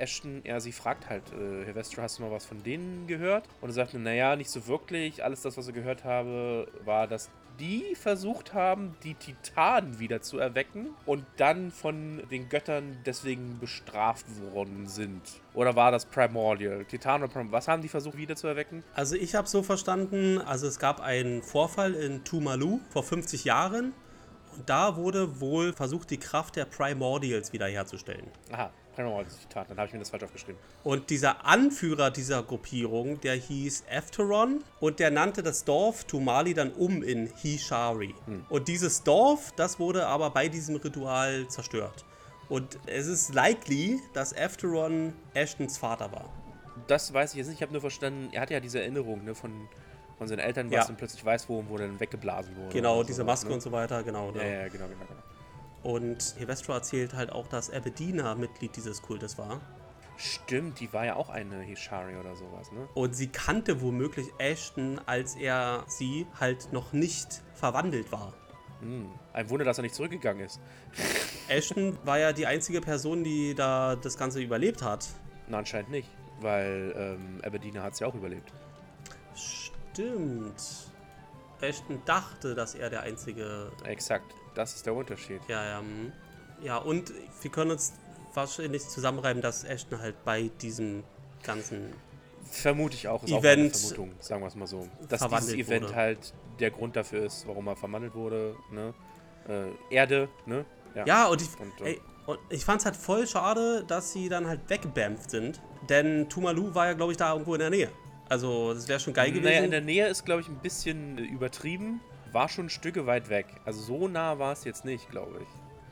Ashton, ja, sie fragt halt, äh, Herr Westra, hast du mal was von denen gehört? Und er sagt, naja, nicht so wirklich. Alles das, was ich gehört habe, war, dass die versucht haben, die Titanen wieder zu erwecken und dann von den Göttern deswegen bestraft worden sind. Oder war das Primordial? Titan oder Primordial? Was haben die versucht wieder zu erwecken? Also ich habe so verstanden, also es gab einen Vorfall in Tuvalu vor 50 Jahren und da wurde wohl versucht, die Kraft der Primordials wiederherzustellen. Aha, Primordial Titan, dann habe ich mir das falsch aufgeschrieben. Und dieser Anführer dieser Gruppierung, der hieß Efteron und der nannte das Dorf Tumali dann um in Hishari. Hm. Und dieses Dorf, das wurde aber bei diesem Ritual zerstört. Und es ist likely, dass Efteron Ashtons Vater war. Das weiß ich jetzt nicht, ich habe nur verstanden, er hat ja diese Erinnerung ne, von, von seinen Eltern, was Ja. dann plötzlich weiß, wo, wo er dann weggeblasen wurde. Genau, oder diese sowas, Maske ne? und so weiter, genau. Ja, genau. ja, genau, genau. genau. Und Hevestra erzählt halt auch, dass Abedina Mitglied dieses Kultes war. Stimmt, die war ja auch eine Hishari oder sowas, ne? Und sie kannte womöglich Ashton, als er sie halt noch nicht verwandelt war. Ein Wunder, dass er nicht zurückgegangen ist. Ashton war ja die einzige Person, die da das Ganze überlebt hat. Na, anscheinend nicht, weil ähm, Aberdeen hat es ja auch überlebt. Stimmt. Ashton dachte, dass er der einzige. Exakt, das ist der Unterschied. Ja, ja. mhm. Ja, und wir können uns wahrscheinlich zusammenreiben, dass Ashton halt bei diesem ganzen. Vermute ich auch, ist Event auch meine Vermutung, sagen wir es mal so. Dass verwandelt dieses Event wurde. halt der Grund dafür ist, warum er verwandelt wurde, ne? Äh, Erde, ne? Ja, und ich. Und, äh, Ey, und ich fand's halt voll schade, dass sie dann halt weggebämpft sind. Denn Tumalu war ja, glaube ich, da irgendwo in der Nähe. Also, das wäre schon geil gewesen. Naja, in der Nähe ist, glaube ich, ein bisschen äh, übertrieben. War schon Stücke weit weg. Also so nah war es jetzt nicht, glaube ich.